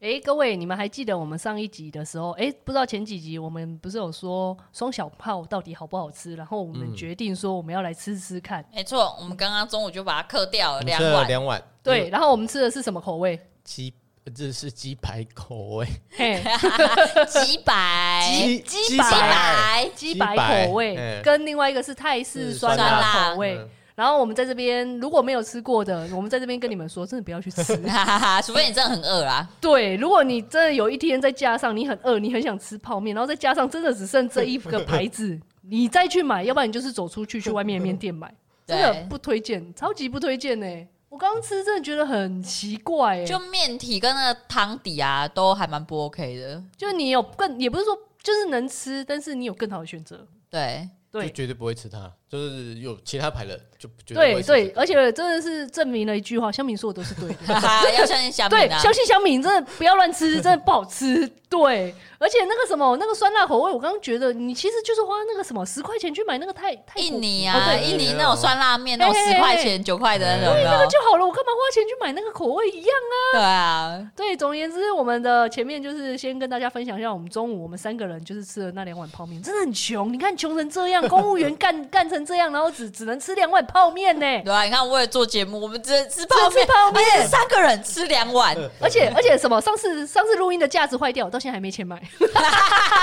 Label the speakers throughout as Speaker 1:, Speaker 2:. Speaker 1: 诶，各位，你们还记得我们上一集的时候？诶，不知道前几集我们不是有说双小泡到底好不好吃？然后我们决定说我们要来吃吃看。
Speaker 2: 没错，我们刚刚中午就把它嗯刻掉了
Speaker 3: 我们
Speaker 2: 两
Speaker 3: 吃了
Speaker 2: 碗，
Speaker 3: 两碗，
Speaker 1: 呃对，，然后我们吃的是什么口味？
Speaker 3: 鸡呃这是鸡排口味，
Speaker 1: 嘿，
Speaker 2: 几百
Speaker 3: 鸡
Speaker 2: 几
Speaker 3: 鸡
Speaker 2: 百
Speaker 3: 排
Speaker 1: 鸡
Speaker 3: 鸡
Speaker 1: 白
Speaker 3: 白
Speaker 1: 口味，
Speaker 3: 嗯
Speaker 1: 跟另外一个是泰式
Speaker 3: 是
Speaker 1: 酸
Speaker 2: 酸
Speaker 1: 辣
Speaker 2: 辣
Speaker 1: 口 味。
Speaker 3: 嗯
Speaker 1: 然后我们在这边如果没有吃过的， 我们在这边跟你们说，真的不要去 吃。
Speaker 2: 哈哈哈，除非你真的很饿啦。
Speaker 1: 对，如果你真的有一天再加上你很饿，你很想吃泡面，然后再加上真的只剩这一个 牌子，你再去买，要不然你就是走出去去外面的面店
Speaker 3: 嗯
Speaker 1: 买， 真的
Speaker 2: 对，
Speaker 1: 不推荐，超级不推荐呢、我刚吃真的觉得很奇怪、欸，
Speaker 2: 就
Speaker 1: 就
Speaker 2: 面体跟那个汤底啊，都还蛮不 OK 的。
Speaker 1: 就你有更也不是说就是能吃，但是你有更好的选择。
Speaker 2: 对，
Speaker 3: 就
Speaker 1: 对
Speaker 3: 绝对不会吃它，就是有其他牌的就绝不
Speaker 1: 对
Speaker 3: 会吃
Speaker 1: 对，
Speaker 3: 这个
Speaker 1: 而且真的是证明了一句话，香米说的都是对的。
Speaker 2: 哈哈，要相信虾米
Speaker 1: 对，
Speaker 2: 啊。
Speaker 1: 相信小米真的不要乱 吃，真的不好吃。对，而且那个什么，那个酸辣口味，我刚刚觉得你其实就是花那个什么十块钱去买那个泰泰国
Speaker 2: 印尼
Speaker 1: 哦
Speaker 2: 啊，
Speaker 1: 对
Speaker 2: 印尼那种哎酸辣面，那种
Speaker 1: 嘿嘿
Speaker 2: 十
Speaker 1: 嘿
Speaker 2: 块钱、九块的那种有没
Speaker 1: 那个
Speaker 2: 有，
Speaker 1: 就好了，我干嘛花钱去买那个口味一样？
Speaker 2: 对啊，
Speaker 1: 对，总而言之，我们的前面就是先跟大家分享一下，我们中午我们三个人就是吃了那两碗泡面，真的很穷。你看穷成这样，公务员干 干成这样，然后只只能吃两碗泡面呢、
Speaker 2: 对啊。你看，为了做节目，我们只能吃泡
Speaker 1: 只能
Speaker 2: 面，
Speaker 1: 吃泡面
Speaker 2: 而且是三个人吃两碗，
Speaker 1: 而且 而且什么？上次上次录音的架子坏掉，到现在还没钱买，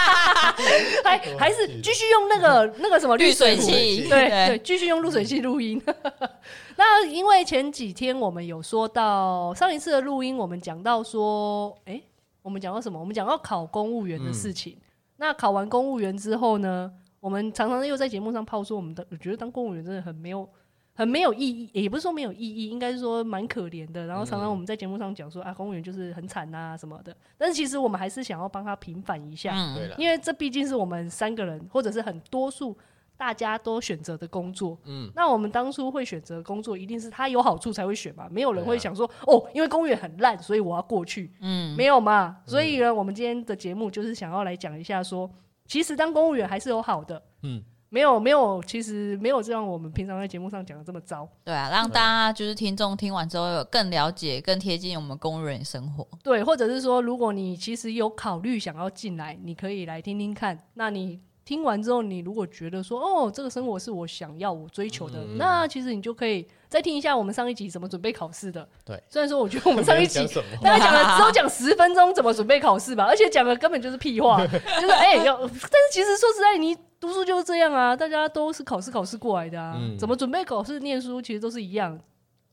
Speaker 1: 还还是继续用那个那个什么
Speaker 2: 滤水
Speaker 1: 壶
Speaker 2: 器，
Speaker 1: 对对，继续用录水器录音。 那因为前几天我们有说到上一次的录音，我们讲到说，诶，我们讲到什么？我们讲到考公务员的事情。那考完公务员之后呢，我们常常又在节目上抛说，我们的我觉得当公务员真的很没有。很没有意义，也不是说没有意义，应该是说蛮可怜的。然后常常我们在节目上讲说、啊，公务员就是很惨啊什么的，但是其实我们还是想要帮他平反一下，
Speaker 3: 对
Speaker 2: 嗯，
Speaker 3: 了，
Speaker 1: 因为这毕竟是我们三个人，或者是很多数大家都选择的工作。
Speaker 3: 嗯，
Speaker 1: 那我们当初会选择工作，一定是他有好处才会选嘛，没有人
Speaker 3: 对啊
Speaker 1: 会想说、哦，因为公务员很烂，所以我要过去，
Speaker 2: 嗯，
Speaker 1: 没有嘛。所
Speaker 3: 嗯
Speaker 1: 以呢，我们今天的节目就是想要来讲一下说，其实当公务员还是有好的，
Speaker 3: 嗯，
Speaker 1: 没有没有，其实没有这样我们平常在节目上讲的这么糟。
Speaker 2: 对啊，让大家就是听众听完之后有更了解、更贴近我们公务员生活。
Speaker 1: 对，或者是说，如果你其实有考虑想要进来，你可以来听听看。那你听完之后，你如果觉得说，哦，这个生活是我想要、我追求的，
Speaker 3: 嗯
Speaker 1: 那其实你就可以再听一下我们上一集怎么准备考试的。
Speaker 3: 对，
Speaker 1: 虽然说我觉得我们上一
Speaker 3: 没有
Speaker 1: 集
Speaker 3: 讲。什么
Speaker 1: 大概讲了只有讲十分钟怎么准备考试吧，而且讲的根本就是 屁话，就是哎、要，但是其实说实在，你读书就是这样啊，大家都是考试考试过来的啊，
Speaker 3: 嗯
Speaker 1: 怎么准备考试、念书其实都是一样，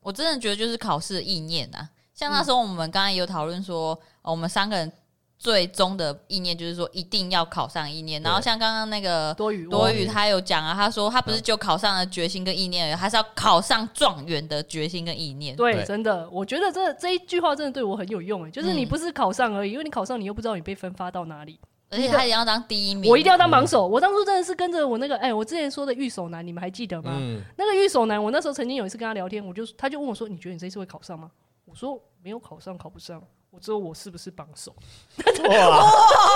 Speaker 2: 我真的觉得就是考试的意念啊，像那时候我们刚才有讨论说、哦我们三个人最终的意念就是说一定要考上意念。
Speaker 3: 对
Speaker 2: 然后像刚刚那个
Speaker 1: 多余
Speaker 2: 多
Speaker 1: 我
Speaker 2: 宇他有讲啊，他说他不
Speaker 1: 嗯
Speaker 2: 是就考上了决心跟意念而已，还是要考上状元的决心跟意念。
Speaker 1: 对，
Speaker 3: 对
Speaker 1: 真的，我觉得这这一句话真的对我很有用哎，就是你
Speaker 2: 嗯
Speaker 1: 不是考上而已，因为你考上你又不知道你被分发到哪里。
Speaker 2: 而且他也要当第一名。
Speaker 1: 我一定
Speaker 3: 嗯
Speaker 1: 要当榜首，我当初真的是跟着我那个哎、我之前说的御守男，你们还记得吗？
Speaker 3: 嗯，
Speaker 1: 那个御守男，我那时候曾经有一次跟他聊天，我就他就问我说：“你觉得你这次会考上吗？”我说：“没有考上，考不上。”我只有我是不是榜首？
Speaker 3: 哦哇，哇，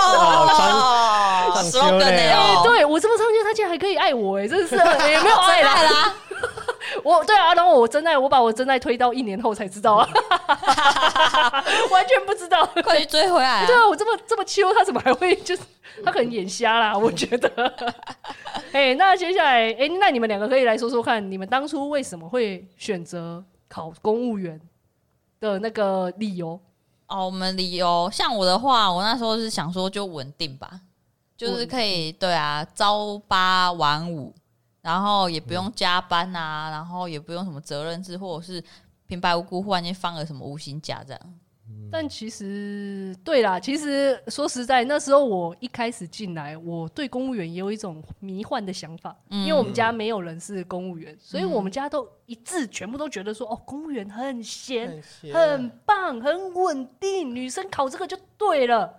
Speaker 2: 哦
Speaker 3: 上上
Speaker 2: ，slogan
Speaker 3: 修嘞
Speaker 2: 呢哦，
Speaker 1: 哎对我这么上去，他竟然还可以爱我哎、真 是很也、没有爱啦。
Speaker 2: 爱哦啦，
Speaker 1: 我对啊，然后我真爱，我把我真爱推到一年后才知道啊， 完全不知道。
Speaker 2: 快去追回来啊
Speaker 1: 对！啊，我这么这么秋，他怎么还会就是他可能眼瞎啦？我觉得。哎、那接下来，哎、那你们两个可以来说说看，你们当初为什么会选择考公务员的那个理由？
Speaker 2: 哦，我们理由像我的话，我那时候是想说就稳定吧，就
Speaker 1: 稳
Speaker 2: 是可以对啊，朝八晚五，然后也不用加班啊，然后也不用什么责任制，或者是平白无故忽然间放了什么无薪假这样。
Speaker 1: 但其实，对啦，其实说实在，那时候我一开始进来，我对公务员也有一种迷幻的想法，
Speaker 2: 嗯
Speaker 1: 因为我们家没有人是公务员，所以我们家都一致全部都觉得说，哦，公务员很闲，
Speaker 3: 啊
Speaker 1: 很棒，很稳定，女生考这个就 对了。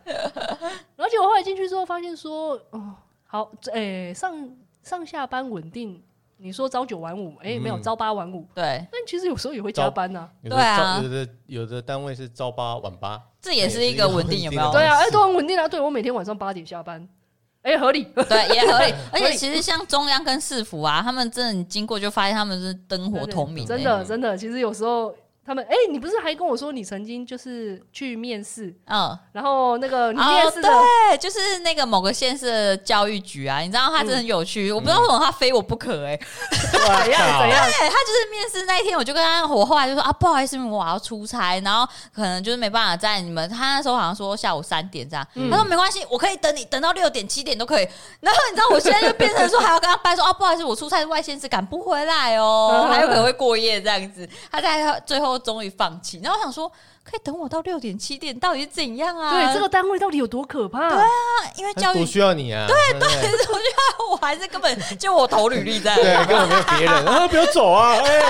Speaker 1: 而且我后来进去之后发现说，哦，好，哎、上上下班稳定，你说朝九晚五，哎、没有
Speaker 3: 嗯
Speaker 1: 朝八晚五，
Speaker 2: 对，
Speaker 1: 但其实有时候也会加班呐、
Speaker 3: 有的
Speaker 2: 对啊
Speaker 3: 朝有的有的单位是朝八晚八，
Speaker 2: 这哎也是一个稳定，有没有？
Speaker 3: 哦
Speaker 1: 对啊，哎、
Speaker 3: 是
Speaker 1: 都很稳定啊。对我每天晚上八点下班，哎、合 理。
Speaker 2: 对，也合 理。
Speaker 1: 合
Speaker 2: 而且
Speaker 1: 理
Speaker 2: 其实像中央跟市府啊，他们真的你经过就发现他们是灯火通明、欸，
Speaker 1: 真的真的。其实有时候他们，哎、你不是还跟我说你曾经就是去面试，
Speaker 2: 嗯，
Speaker 1: 然后那个你面
Speaker 2: 哦，
Speaker 1: 试的、
Speaker 2: 对，就是那个某个县市的教育局啊，你知道他真的很有趣，我不知道为什么他非我不可哎、欸
Speaker 1: 怎样怎样？
Speaker 2: 对他就是面试那一天，我就跟他，我后来就说啊，不好意思，我要出差，然后可能就是没办法在你们，他那时候好像说下午三点这样，
Speaker 1: 嗯
Speaker 2: 他说没关系，我可以等你，等到六点七点都可以。然后你知道我现在就变成说还要跟他掰说啊，不好意思，我出差外县市赶不回来 哦，还有可能会过夜这样子。他在最后终于放弃，然后我想说可以等我到六点七点到底是怎样啊？
Speaker 1: 对，这个单位到底有多可怕？
Speaker 2: 啊因为
Speaker 3: 他
Speaker 2: 教育
Speaker 3: 多 需要你啊！对
Speaker 2: 可
Speaker 3: 对
Speaker 2: 是我觉得我还是根本就我投履历 在。
Speaker 3: 对，根本没有别人啊！不要走啊！哎，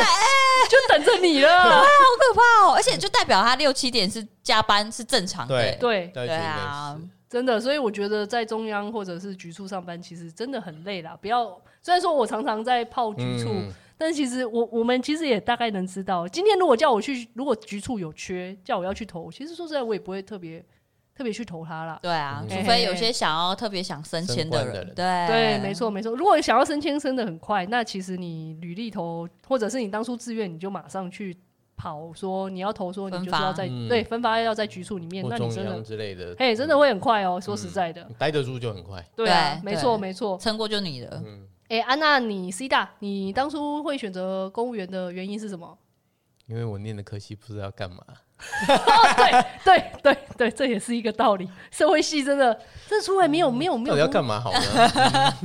Speaker 1: 就等着你 了。
Speaker 2: 好可怕哦！而且就代表他六七点是加班是正常的、
Speaker 3: 对
Speaker 1: 对，
Speaker 3: 对
Speaker 2: 对啊，
Speaker 1: 真的，所以我觉得在中央或者是局处上班，其实真的很累啦。不要，虽然说我常常在泡局处，
Speaker 3: 嗯
Speaker 1: 但其实我我们其实也大概能知道，今天如果叫我去，如果局处有缺，叫我要去投，其实说实在，我也不会特别特别去投他啦。
Speaker 2: 对啊，
Speaker 3: 嗯
Speaker 2: 除非有些想要特别想升迁的人，
Speaker 3: 升官
Speaker 2: 对
Speaker 1: 对，没，错没错。如果想要升迁升的很快，那其实你履历投，或者是你当初志愿，你就马上去跑，说你要投，说你
Speaker 2: 分
Speaker 1: 就是
Speaker 2: 发
Speaker 1: 要在、
Speaker 3: 嗯
Speaker 1: 对分发要在局处里面，
Speaker 3: 或
Speaker 1: 那你
Speaker 3: 中
Speaker 1: 真
Speaker 3: 央
Speaker 1: 的，
Speaker 3: 之类的，
Speaker 1: 嘿，真的会很快哦。
Speaker 3: 嗯
Speaker 1: 说实在的，
Speaker 3: 你待得住就很快。
Speaker 1: 对啊，
Speaker 2: 对
Speaker 1: 没错
Speaker 2: 对
Speaker 1: 没错。
Speaker 2: 撑过就你的。
Speaker 3: 嗯，
Speaker 1: 哎、安娜，你 C 大，你当初会选择公务员的原因是什么？
Speaker 3: 因为我念的科系不知道要干嘛，
Speaker 1: 对对对，这也是一个道理。社会系真的，这出来没有没有没
Speaker 3: 到
Speaker 1: 有
Speaker 3: 底要干
Speaker 1: 工，
Speaker 3: 嘛好呢？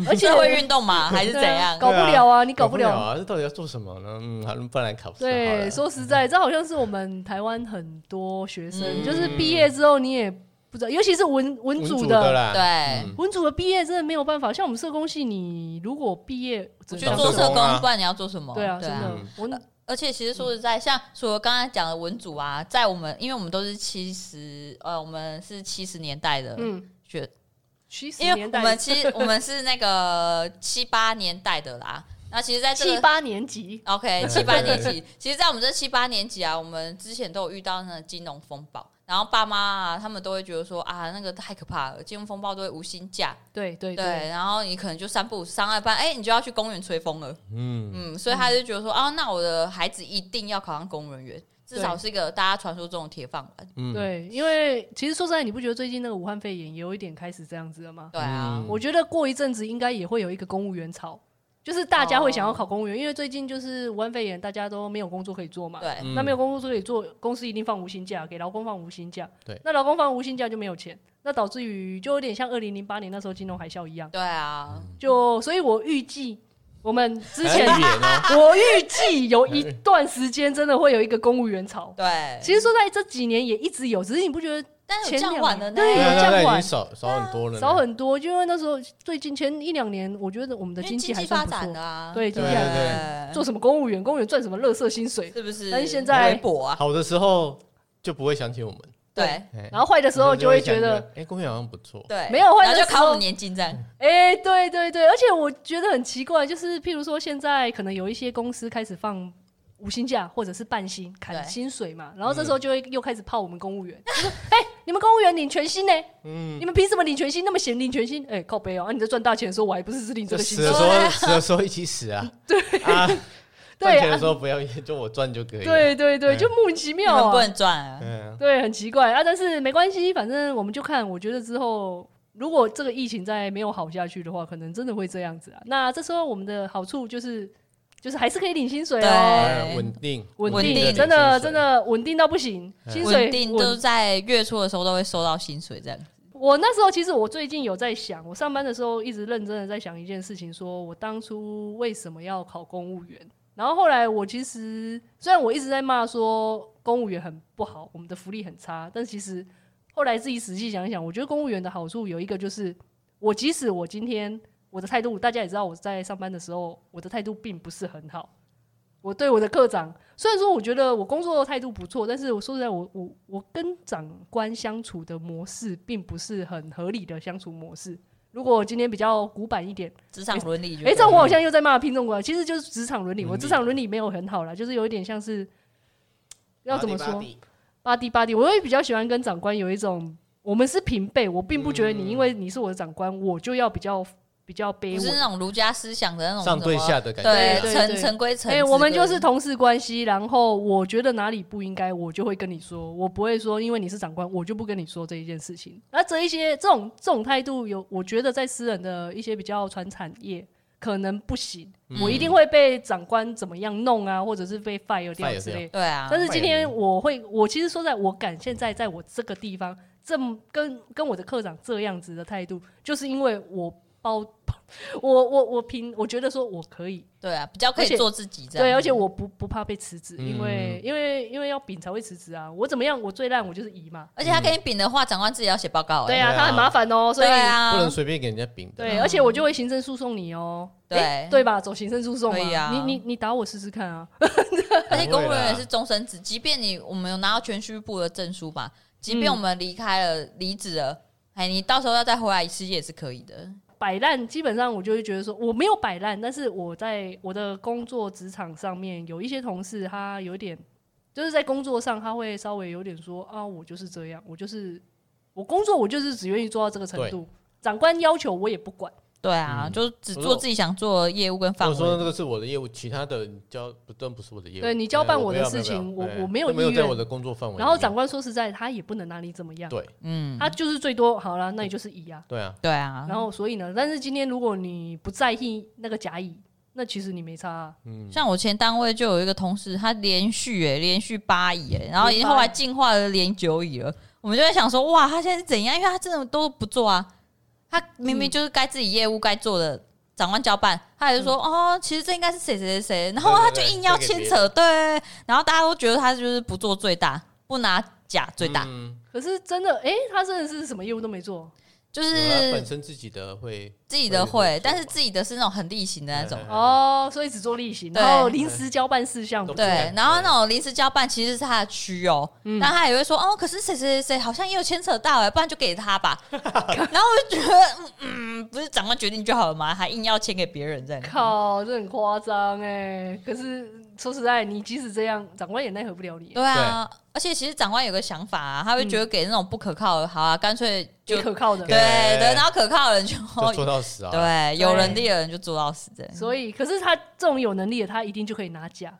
Speaker 1: 而且
Speaker 2: 社会运动嘛，还是怎
Speaker 1: 对啊
Speaker 2: 样？
Speaker 1: 搞不了啊，你 搞
Speaker 3: 不
Speaker 1: 不了。
Speaker 3: 啊！这到底要做什么呢？嗯，好，不然来考试好了
Speaker 1: 对，说实在，这好像是我们台湾很多学生，
Speaker 2: 嗯
Speaker 1: 就是毕业之后你也不知道，尤其是文文
Speaker 3: 文
Speaker 1: 组
Speaker 3: 组
Speaker 1: 的。
Speaker 3: 啦，
Speaker 2: 对
Speaker 3: 嗯
Speaker 1: 文组的毕业真的没有办法，像我们社工系，你如果毕业，
Speaker 2: 我
Speaker 1: 只
Speaker 2: 去
Speaker 3: 得
Speaker 1: 能
Speaker 2: 做
Speaker 1: 当
Speaker 3: 社
Speaker 2: 社
Speaker 3: 工啊
Speaker 2: 工，不然你要做什么？
Speaker 1: 对啊，真
Speaker 3: 啊
Speaker 1: 的
Speaker 3: 嗯，
Speaker 1: 我
Speaker 2: 而且其实说实在，像除了刚才讲的文组啊，在我们因为我们都是七十，呃，我们是七十年代的
Speaker 1: 嗯，
Speaker 2: 学
Speaker 1: 七十
Speaker 2: 因为
Speaker 1: 年
Speaker 2: 我们
Speaker 1: 代
Speaker 2: 其实我们是那个七八年代的啦。那其实，在这
Speaker 1: 七
Speaker 2: 个
Speaker 1: 八年级，
Speaker 2: OK 七八年级，其实，在我们这七八年级啊，我们之前都有遇到那个金融风暴，然后爸妈啊，他们都会觉得说啊，那个太可怕了，金融风暴都会无薪假，
Speaker 1: 对对
Speaker 2: 对，，然后你可能就三不五时上外班，哎、你就要去公园吹风了，
Speaker 3: 嗯，
Speaker 2: 嗯，所以他就觉得说，啊，那我的孩子一定要考上公务人员，至少是一个大家传说中的铁饭碗，
Speaker 3: 嗯，
Speaker 1: 对，因为其实说实在，你不觉得最近那个武汉肺炎也有一点开始这样子了吗？
Speaker 2: 对啊，
Speaker 3: 嗯
Speaker 1: 我觉得过一阵子应该也会有一个公务员潮，就是大家会想要考公务员，因为最近就是武汉肺炎，大家都没有工作可以做嘛。
Speaker 2: 对，
Speaker 3: 嗯
Speaker 1: 那没有工作可以做，公司一定放无薪假，给劳工放无薪假。
Speaker 3: 对
Speaker 1: 那劳工放无薪假就没有钱，那导致于就有点像二零零八年那时候金融海啸一样。
Speaker 2: 对啊，
Speaker 3: 嗯
Speaker 1: 就所以，我预计我们之前
Speaker 3: 还，远哦，
Speaker 1: 我预计有一段时间真的会有一个公务员潮。
Speaker 3: 哎
Speaker 2: 对，
Speaker 1: 其实说在这几年也一直有，只是你不觉得
Speaker 2: 但是有
Speaker 1: 前
Speaker 2: 这样
Speaker 1: 两
Speaker 2: 晚的
Speaker 1: 年
Speaker 2: 呢，
Speaker 1: 对
Speaker 3: 对
Speaker 1: 有
Speaker 3: 啊，
Speaker 1: 这样
Speaker 3: 那已
Speaker 1: 晚
Speaker 3: 经少少很多了呢，
Speaker 1: 少很多？就因为那时候最近前一两年，我觉得我们的
Speaker 2: 因为
Speaker 1: 经济
Speaker 2: 济
Speaker 1: 还算
Speaker 2: 发
Speaker 1: 不
Speaker 2: 展
Speaker 1: 错
Speaker 2: 的。啊，
Speaker 1: 对
Speaker 3: 经济还
Speaker 2: 对，
Speaker 1: 做什么公务员？公务员赚什么垃圾薪水？
Speaker 2: 是不是？
Speaker 1: 但是现在
Speaker 2: 微博啊，
Speaker 3: 好的时候就不会想起我们，
Speaker 2: 对
Speaker 3: 哎
Speaker 1: 然后坏的时候就会觉得，，
Speaker 3: 哎，公园好像不错，
Speaker 2: 对，
Speaker 1: 没有换
Speaker 2: 然后
Speaker 1: 的
Speaker 2: 就
Speaker 1: 时
Speaker 2: 考我
Speaker 1: 候
Speaker 2: 们年金这样，
Speaker 1: 哎、对对对，而且我觉得很奇怪，就是譬如说现在可能有一些公司开始放无薪假或者是半薪砍
Speaker 2: 对
Speaker 1: 薪水嘛，然后这时候就会又开始泡我们公务员，就说哎、你们公务员领全薪呢、
Speaker 3: 嗯
Speaker 1: 你，们凭什么领全薪？那么嫌领全薪？哎、靠背哦、啊，你在赚大钱的时候，我还不是只领
Speaker 3: 就
Speaker 1: 这个薪
Speaker 3: 死
Speaker 1: 水
Speaker 3: 的？时
Speaker 2: 对啊
Speaker 3: 候死的时候一起死 啊，对啊，赚
Speaker 1: 对
Speaker 3: 钱的
Speaker 1: 啊
Speaker 3: 时，候不要，就我赚就可以，，
Speaker 1: 对对对，
Speaker 3: 嗯
Speaker 1: 就莫名其
Speaker 2: 你
Speaker 1: 妙
Speaker 2: 们不
Speaker 1: 啊，
Speaker 2: 能赚啊。
Speaker 3: 嗯，
Speaker 1: 对，很奇怪啊，但是没关系，反正我们就看，我觉得之后。如果这个疫情再没有好下去的话，可能真的会这样子啊。那这时候我们的好处就是，就是还是可以领薪水哦、
Speaker 2: 对
Speaker 3: 哎稳定，
Speaker 1: 稳
Speaker 2: 定
Speaker 3: 领
Speaker 1: 定，
Speaker 3: 薪
Speaker 1: 真的
Speaker 3: 水
Speaker 1: 真，的稳定到不行，
Speaker 3: 嗯
Speaker 1: 薪水
Speaker 2: 稳定
Speaker 1: 稳
Speaker 2: 都是在月初的时候都会收到薪水，这样
Speaker 1: 我那时候其实我最近有在想，我上班的时候一直认真的在想一件事情，说我当初为什么要考公务员？然后后来我其实虽然我一直在骂说公务员很不好，我们的福利很差，但其实后来自己仔细想一想，我觉得公务员的好处有一个就是，我即使我今天我的态度，大家也知道我在上班的时候我的态度并不是很好，我对我的课长，虽然说我觉得我工作态度不错，但是我说实在我，我我跟长官相处的模式并不是很合理的相处模式。如果我今天比较古板一点，
Speaker 2: 职场伦理就
Speaker 1: 哎、
Speaker 2: 对了，
Speaker 1: 这样我好像又在骂听众过来，其实就是职场伦理。
Speaker 3: 伦理
Speaker 1: 我职场伦理没有很好啦，就是有一点像是要怎么说
Speaker 3: 巴蒂？
Speaker 1: 巴蒂巴蒂，我会比较喜欢跟长官有一种，我们是平辈，我并不觉得你
Speaker 3: 嗯
Speaker 1: 因为你是我的长官，我就要比较比较卑
Speaker 2: 不是
Speaker 1: 微。
Speaker 2: 那种儒家思想的那种
Speaker 3: 上对
Speaker 2: 什么
Speaker 3: 下的感觉，
Speaker 2: 对
Speaker 1: 对
Speaker 2: 层
Speaker 1: 对
Speaker 2: 层归层
Speaker 1: 哎、
Speaker 2: 之类的，
Speaker 1: 我们就是同事关系，然后我觉得哪里不应该，我就会跟你说，我不会说因为你是长官，我就不跟你说这一件事情。那这一些这种这种态度有，我觉得在私人的一些比较传产业可能不行，
Speaker 3: 嗯
Speaker 1: 我一定会被长官怎么样弄啊，或者是被 fire 掉
Speaker 3: fire
Speaker 1: 之类的。
Speaker 2: 对啊，
Speaker 1: 但是今天我会，我其实说实在我敢现在在我这个地方这么跟跟我的科长这样子的态度，就是因为我包 我我我凭我觉得说我可以，
Speaker 2: 对啊，比较可
Speaker 1: 而且
Speaker 2: 以做自己这样。
Speaker 1: 对，而且我不不怕被辞职，
Speaker 3: 嗯
Speaker 1: 因为因为因为要丙才会辞职啊，我怎么样，我最烂我就是乙嘛，
Speaker 2: 而且
Speaker 3: 嗯
Speaker 2: 他给你丙的话，长官自己要写报告、欸。
Speaker 1: 对
Speaker 3: 啊
Speaker 1: 啊，他很麻烦哦，所以
Speaker 2: 对
Speaker 3: 不能
Speaker 2: 啊，
Speaker 3: 随便给人家饼的。
Speaker 1: 对，而且我就会行政诉讼你哦，
Speaker 2: 对
Speaker 1: 诶对吧？走行政诉讼
Speaker 2: 可以
Speaker 1: 嘛，
Speaker 2: 啊
Speaker 1: 你你你打我试试看啊，
Speaker 2: 而且公务
Speaker 3: 不会
Speaker 2: 人
Speaker 3: 啦
Speaker 2: 员是终身制，即便你我们有拿到全序部的证书吧，即
Speaker 1: 嗯
Speaker 2: 便我们离开了、离职了，哎，你到时候要再回来一次也是可以的。
Speaker 1: 摆烂，基本上我就会觉得说我没有摆烂，但是我在我的工作职场上面有一些同事，他有一点就是在工作上他会稍微有点说啊，我就是这样，我就是我工作我就是只愿意做到这个程度，长官要求我也不管。
Speaker 2: 对啊，
Speaker 3: 嗯
Speaker 2: 就只
Speaker 3: 我
Speaker 2: 做自己想做的业务跟范
Speaker 3: 我
Speaker 2: 围。
Speaker 3: 说那个是我的业务，其他的你交不真不是我的业务。
Speaker 1: 对你交办我的
Speaker 3: 没有
Speaker 1: 事情
Speaker 3: 没有
Speaker 1: 我我没
Speaker 3: 没
Speaker 1: 有
Speaker 3: 有没有
Speaker 1: 意
Speaker 3: 在
Speaker 1: 愿
Speaker 3: 我的工作范围里面。
Speaker 1: 然后长官说实在，他也不能拿你怎么样，
Speaker 3: 对
Speaker 2: 嗯，
Speaker 1: 他就是最多好了，那你就是乙啊。
Speaker 3: 对啊，
Speaker 2: 对啊，
Speaker 1: 然后所以呢，但是今天如果你不在意那个甲乙，那其实你没差、啊。
Speaker 3: 嗯，
Speaker 2: 像我前单位就有一个同事，他连续哎、连续八乙哎，然后已经
Speaker 1: 八乙
Speaker 2: 后来进化了连九乙了。我们就在想说，哇，他现在是怎样？因为他真的都不做啊，他明明就是该自己业务该做的，长官交办，他还是说、哦，其实这应该是谁谁谁谁，然后他就
Speaker 3: 对对对
Speaker 2: 硬要
Speaker 3: 推给
Speaker 2: 牵
Speaker 3: 别
Speaker 2: 扯，对，然后大家都觉得他就是不做最大，不拿甲最大，
Speaker 3: 嗯
Speaker 1: 可是真的，诶，他真的是什么业务都没做，
Speaker 2: 就
Speaker 3: 有啊
Speaker 2: 是
Speaker 3: 本身自己的会
Speaker 2: 自己的
Speaker 3: 会
Speaker 2: 会
Speaker 3: 做，
Speaker 2: 但是自己的是那种很例行的那种。
Speaker 3: 嗯
Speaker 1: 哦，所以只做例行，
Speaker 2: 对
Speaker 1: 然后临时交办事项
Speaker 3: 都。不
Speaker 2: 对
Speaker 3: 敢，
Speaker 2: 然后那种临时交办其实是他的区哦，
Speaker 1: 嗯
Speaker 2: 但他也会说哦，可是谁谁谁谁好像也有牵扯到哎，不然就给 他吧。然后我就觉得，嗯，嗯不是长官决定就好了吗？还硬要签给别人这样，
Speaker 1: 靠，这很夸张哎！可是说实在，你即使这样，长官也奈何不了你欸，
Speaker 2: 对啊。而且其实长官有个想法啊，他会觉得给那种不可靠的，好啊，干脆就
Speaker 1: 嗯也可靠的
Speaker 2: 对。对，然后可靠的人就
Speaker 3: 就做到死啊。
Speaker 2: 对，有
Speaker 1: 哦对
Speaker 2: 能力的人就做到死这样。
Speaker 1: 所以，可是他这种有能力的，他一定就可以拿奖。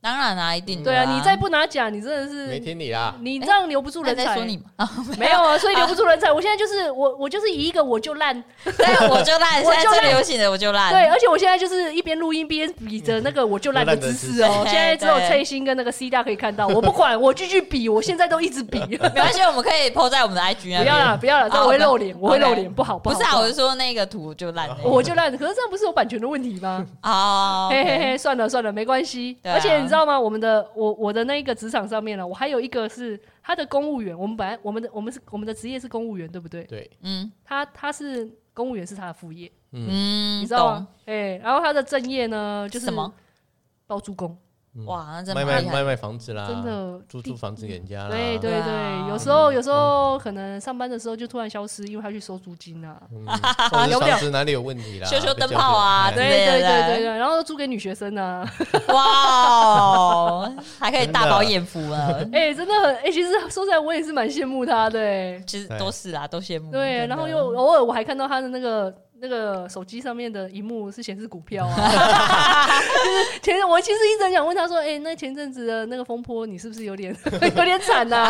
Speaker 2: 当然啊，一定的
Speaker 1: 对啊，你再不拿奖，你真的是
Speaker 3: 没听你啦，
Speaker 1: 你这样留不住
Speaker 2: 他
Speaker 1: 人才。
Speaker 2: 在说你嘛， 啊
Speaker 1: 没有啊，所以留不住人才。我现在就是我，我就是以一个我就烂，
Speaker 2: 对，我就 烂，
Speaker 1: 我
Speaker 2: 现在
Speaker 1: 就烂
Speaker 2: 最流行的我就烂，
Speaker 1: 对，而且我现在就是一边录音边比着那个我就烂的姿势哦。
Speaker 2: 嗯
Speaker 1: 现在只有
Speaker 2: 对
Speaker 1: 翠心跟那个 C 大可以看到，我不管，我继续比，我现在都一直比。
Speaker 2: 没关系，我们可以 PO 在我们的 IG 那
Speaker 1: 不
Speaker 2: 边
Speaker 1: 要。啦，不要啦，
Speaker 2: 哦
Speaker 1: 这样我会露脸，我会露脸，
Speaker 2: OK
Speaker 1: 不好，不
Speaker 2: 不
Speaker 1: 好。
Speaker 2: 是啊，
Speaker 1: 不
Speaker 2: 我
Speaker 1: 好
Speaker 2: 是说那个图就烂了
Speaker 1: 我就烂，可是这样不是有版权的问题 吗？
Speaker 2: 哦，
Speaker 1: 嘿嘿嘿，算了算了，没关系。
Speaker 2: 对啊
Speaker 1: 而且你知道吗？我们的我我的那一个职场上面呢，我还有一个是他的公务员。我们本来我们的我们是我们的职业是公务员，对不对？
Speaker 3: 对，
Speaker 2: 嗯
Speaker 1: 他他是公务员是他的副业，
Speaker 2: 嗯，
Speaker 1: 你知道吗？哎、然后他的正业呢，
Speaker 2: 就
Speaker 1: 就是
Speaker 2: 是什么？
Speaker 1: 包租公，
Speaker 3: 嗯
Speaker 2: 哇，那真
Speaker 3: 卖
Speaker 2: 的
Speaker 3: 卖
Speaker 2: 蛮厉害
Speaker 3: 卖卖房子啦，
Speaker 1: 真的
Speaker 3: 啊租租嗯房子给人家啦，
Speaker 1: 对对
Speaker 2: 对啊
Speaker 1: 对，有时候有时候可能上班的时候就突然消失，因为他去收租金啊。
Speaker 3: 嗯，或者
Speaker 1: 聊
Speaker 3: 是
Speaker 1: 不了
Speaker 3: 房子哪里有问题啦，
Speaker 2: 修修灯泡啊
Speaker 3: 被
Speaker 1: 对
Speaker 3: 教训哎
Speaker 1: 对对
Speaker 2: 对对
Speaker 1: 对对，然后租给女学生啊，
Speaker 2: 哇哦，还可以大饱眼福 啊！
Speaker 1: 哎，真的很哎，其实说实在，我也是蛮羡慕他的哎。
Speaker 2: 其实都是啦，都羡慕。
Speaker 1: 对，
Speaker 2: 哦真的
Speaker 1: 然后又偶尔我还看到他的那个那个手机上面的荧幕是显示股票啊，就是前我其实一直很想问他说，哎，那前阵子的那个风波，你是不是有点 有点惨呐？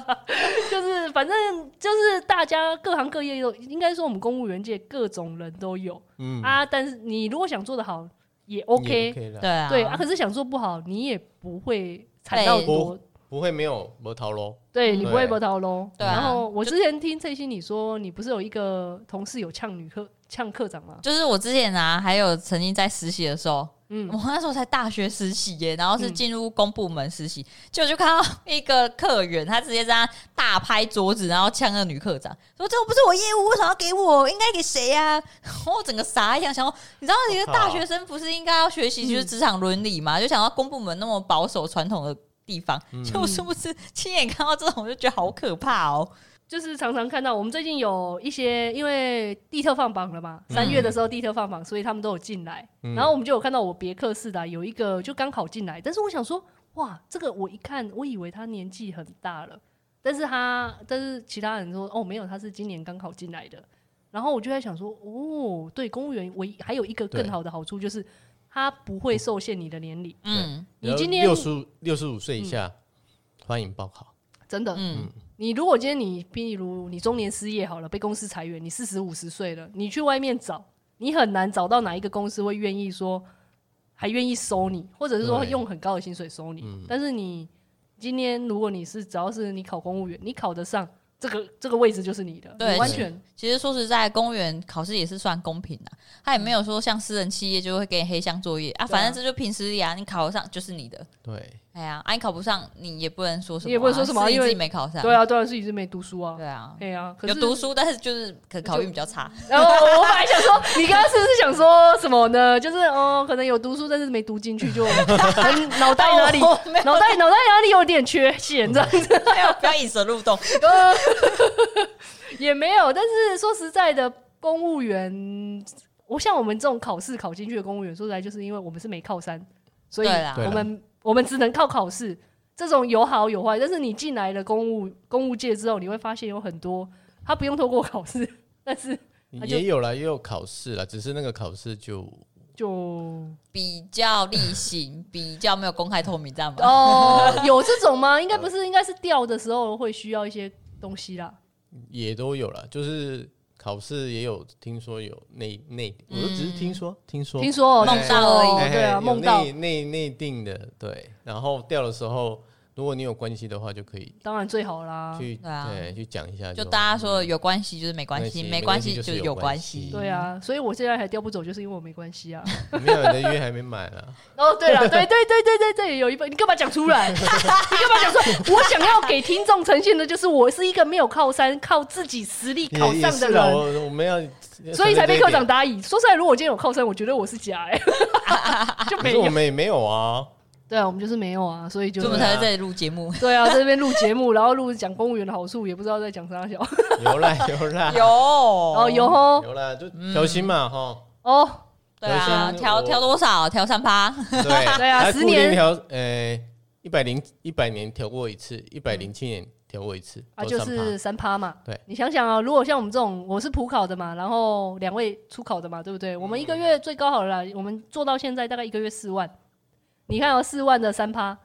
Speaker 1: 就是反正就是大家各行各业都，应该说我们公务员界各种人都有。
Speaker 3: 嗯
Speaker 1: 啊，但是你如果想做得好，也
Speaker 3: 也
Speaker 1: OK，
Speaker 3: OK 啦
Speaker 2: 对啊，
Speaker 1: 对啊，可是想做不好，你也不会惨到多，
Speaker 3: 不会没有没逃喽，
Speaker 1: 对你不会
Speaker 3: 对
Speaker 1: 被到喽。
Speaker 2: 对啊
Speaker 1: 然后哦我
Speaker 2: 就
Speaker 1: 之前听翠心你说，你不是有一个同事有呛女科呛科长吗？
Speaker 2: 就是我之前啊，还有曾经在实习的时候，
Speaker 1: 嗯
Speaker 2: 我那时候才大学实习耶，然后是
Speaker 1: 嗯
Speaker 2: 进入公部门实习，结果就看到一个客人，他直接在那大拍桌子，然后呛那个女科长，说这又不是我业务，为什么要给我？应该给谁呀、然后 我整个傻眼，想说，你知道一个大学生不是应该要学
Speaker 1: 嗯
Speaker 2: 习就是职场伦理吗？就想到公部门那么保守传统的地方，
Speaker 3: 嗯
Speaker 2: 结果是不是亲眼看到这种，我就觉得好可怕哦。
Speaker 1: 就是常常看到，我们最近有一些因为地特放榜了嘛，三月的时候地特放榜，所以他们都有进来。
Speaker 3: 嗯
Speaker 1: 然后我们就有看到我别克式的啊、有一个就刚考进来，但是我想说，哇，这个我一看，我以为他年纪很大了，但是他但是其他人说，哦，没有，他是今年刚考进来的。然后我就在想说，哦，对，公务员唯一还有一个更
Speaker 3: 对
Speaker 1: 好的好处就是，他不会受限你的年龄，
Speaker 2: 嗯
Speaker 1: 你今天嗯
Speaker 3: 六十六十五岁以下，欢迎报考。
Speaker 1: 真的。
Speaker 2: 嗯，
Speaker 1: 你如果今天你，比如你中年失业好了，被公司裁员，你四十五十岁了，你去外面找，你很难找到哪一个公司会愿意说，还愿意收你，或者是说
Speaker 3: 对
Speaker 1: 用很高的薪水收你。
Speaker 3: 嗯
Speaker 1: 但是你今天如果你是只要是你考公务员，你考得上这个这个位置就是你的，
Speaker 2: 对
Speaker 1: 你完全
Speaker 2: 其实说实在，公务员考试也是算公平的，他也没有说像私人企业就会给你黑箱作业
Speaker 1: 嗯
Speaker 2: 啊，
Speaker 1: 对啊
Speaker 2: 反正这就凭实力啊，你考得上就是你的。
Speaker 3: 对，
Speaker 2: 哎呀，啊，你考不上，你也不能说什么啊，
Speaker 1: 你也不能说什么啊
Speaker 2: 是你
Speaker 1: 因为
Speaker 2: 自己没考上。
Speaker 1: 对啊，对啊，自己是没读书啊，
Speaker 2: 对啊，
Speaker 1: 对啊，可
Speaker 2: 有
Speaker 1: 是
Speaker 2: 读书，但是就是可能考运比较差。
Speaker 1: 然后我我本来想说，你刚刚是不是想说什么呢？就是哦，可能有读书，但是没读进去，就很 脑袋哪里
Speaker 2: 我 没有
Speaker 1: 脑袋脑袋哪里有点缺陷这样 子，
Speaker 2: 不要不要引蛇入洞。
Speaker 1: 嗯 也没有。但是说实在的，公务员，我像我们这种考试考进去的公务员，说实在就是因为我们是没靠山，所以
Speaker 2: 对啦
Speaker 3: 对
Speaker 1: 我们我们只能靠考试。这种有好有坏，但是你进来了公务公务界之后，你会发现有很多他不用透过考试，但是那就
Speaker 3: 也有啦，也有考试啦，只是那个考试就
Speaker 1: 就
Speaker 2: 比较例行，比较没有公开透明，这样吗？
Speaker 1: 哦，有这种吗？应该不是，应该是钓的时候会需要一些东西啦。
Speaker 3: 也都有啦，就是考试也有听说有内内，我就只是听说听说
Speaker 1: 听说哦
Speaker 2: 梦到而已
Speaker 1: 听说哦
Speaker 3: 哎
Speaker 1: 对啊，
Speaker 3: 有
Speaker 1: 梦到
Speaker 3: 内内内定的对，然后掉的时候，如果你有关系的话，就可以
Speaker 1: 当然最好啦。
Speaker 3: 去
Speaker 2: 对啊
Speaker 3: 对去讲一下，
Speaker 2: 就大家说有关系就是没关系，嗯没
Speaker 3: 没
Speaker 2: 关
Speaker 3: 关系
Speaker 2: 系
Speaker 3: 没关系就
Speaker 2: 就
Speaker 3: 是
Speaker 2: 有
Speaker 3: 有
Speaker 2: 关
Speaker 3: 关
Speaker 2: 系
Speaker 3: 系。
Speaker 1: 对啊，所以我现在还钓不走，就是因为我没关 系啊。
Speaker 3: 没有人的约还没满啊，
Speaker 1: 哦，对了，对对对对对对，有一份你干嘛讲出 来？你干嘛讲说？我想要给听众呈现的就是我是一个没有靠山、靠自己实力 考
Speaker 3: 也也
Speaker 1: 上
Speaker 3: 是
Speaker 1: 的
Speaker 3: 啦
Speaker 1: 人，
Speaker 3: 我我们要，
Speaker 1: 所以才被
Speaker 3: 科
Speaker 1: 科长打椅。说实在，如果我今天有靠山，我觉得我是假 哎，就
Speaker 3: 可
Speaker 1: 没
Speaker 3: 是我
Speaker 1: 有。
Speaker 3: 们也没有啊，
Speaker 1: 对啊，我们就是没有啊，所以就
Speaker 2: 所以我们才会在这里录节目。
Speaker 1: 对啊，在这边录节目，然后录讲公务员的好处，也不知道在讲啥小。
Speaker 3: 有啦有 啦
Speaker 2: 有
Speaker 1: 哦，
Speaker 2: 哦
Speaker 1: 有哦，
Speaker 3: 有啦，就调薪嘛哈，
Speaker 1: 哦，
Speaker 2: 对啊，
Speaker 3: 有些
Speaker 2: 调
Speaker 3: 我
Speaker 2: 调多少？调三趴，
Speaker 3: 对
Speaker 1: 对啊
Speaker 3: 它
Speaker 1: 十
Speaker 3: 固定
Speaker 1: 年
Speaker 3: 调，呃，一百零一百年调过一次，一百零七年调过一次，
Speaker 1: 啊，
Speaker 3: 都
Speaker 1: 就
Speaker 3: 三趴
Speaker 1: 是三趴嘛。
Speaker 3: 对
Speaker 1: 你想想啊，如果像我们这种，我是普考的嘛，然后两位初考的嘛，对不对？我们一个月最高好了啦，我们做到现在大概一个月四万。你看哦，四万的三趴，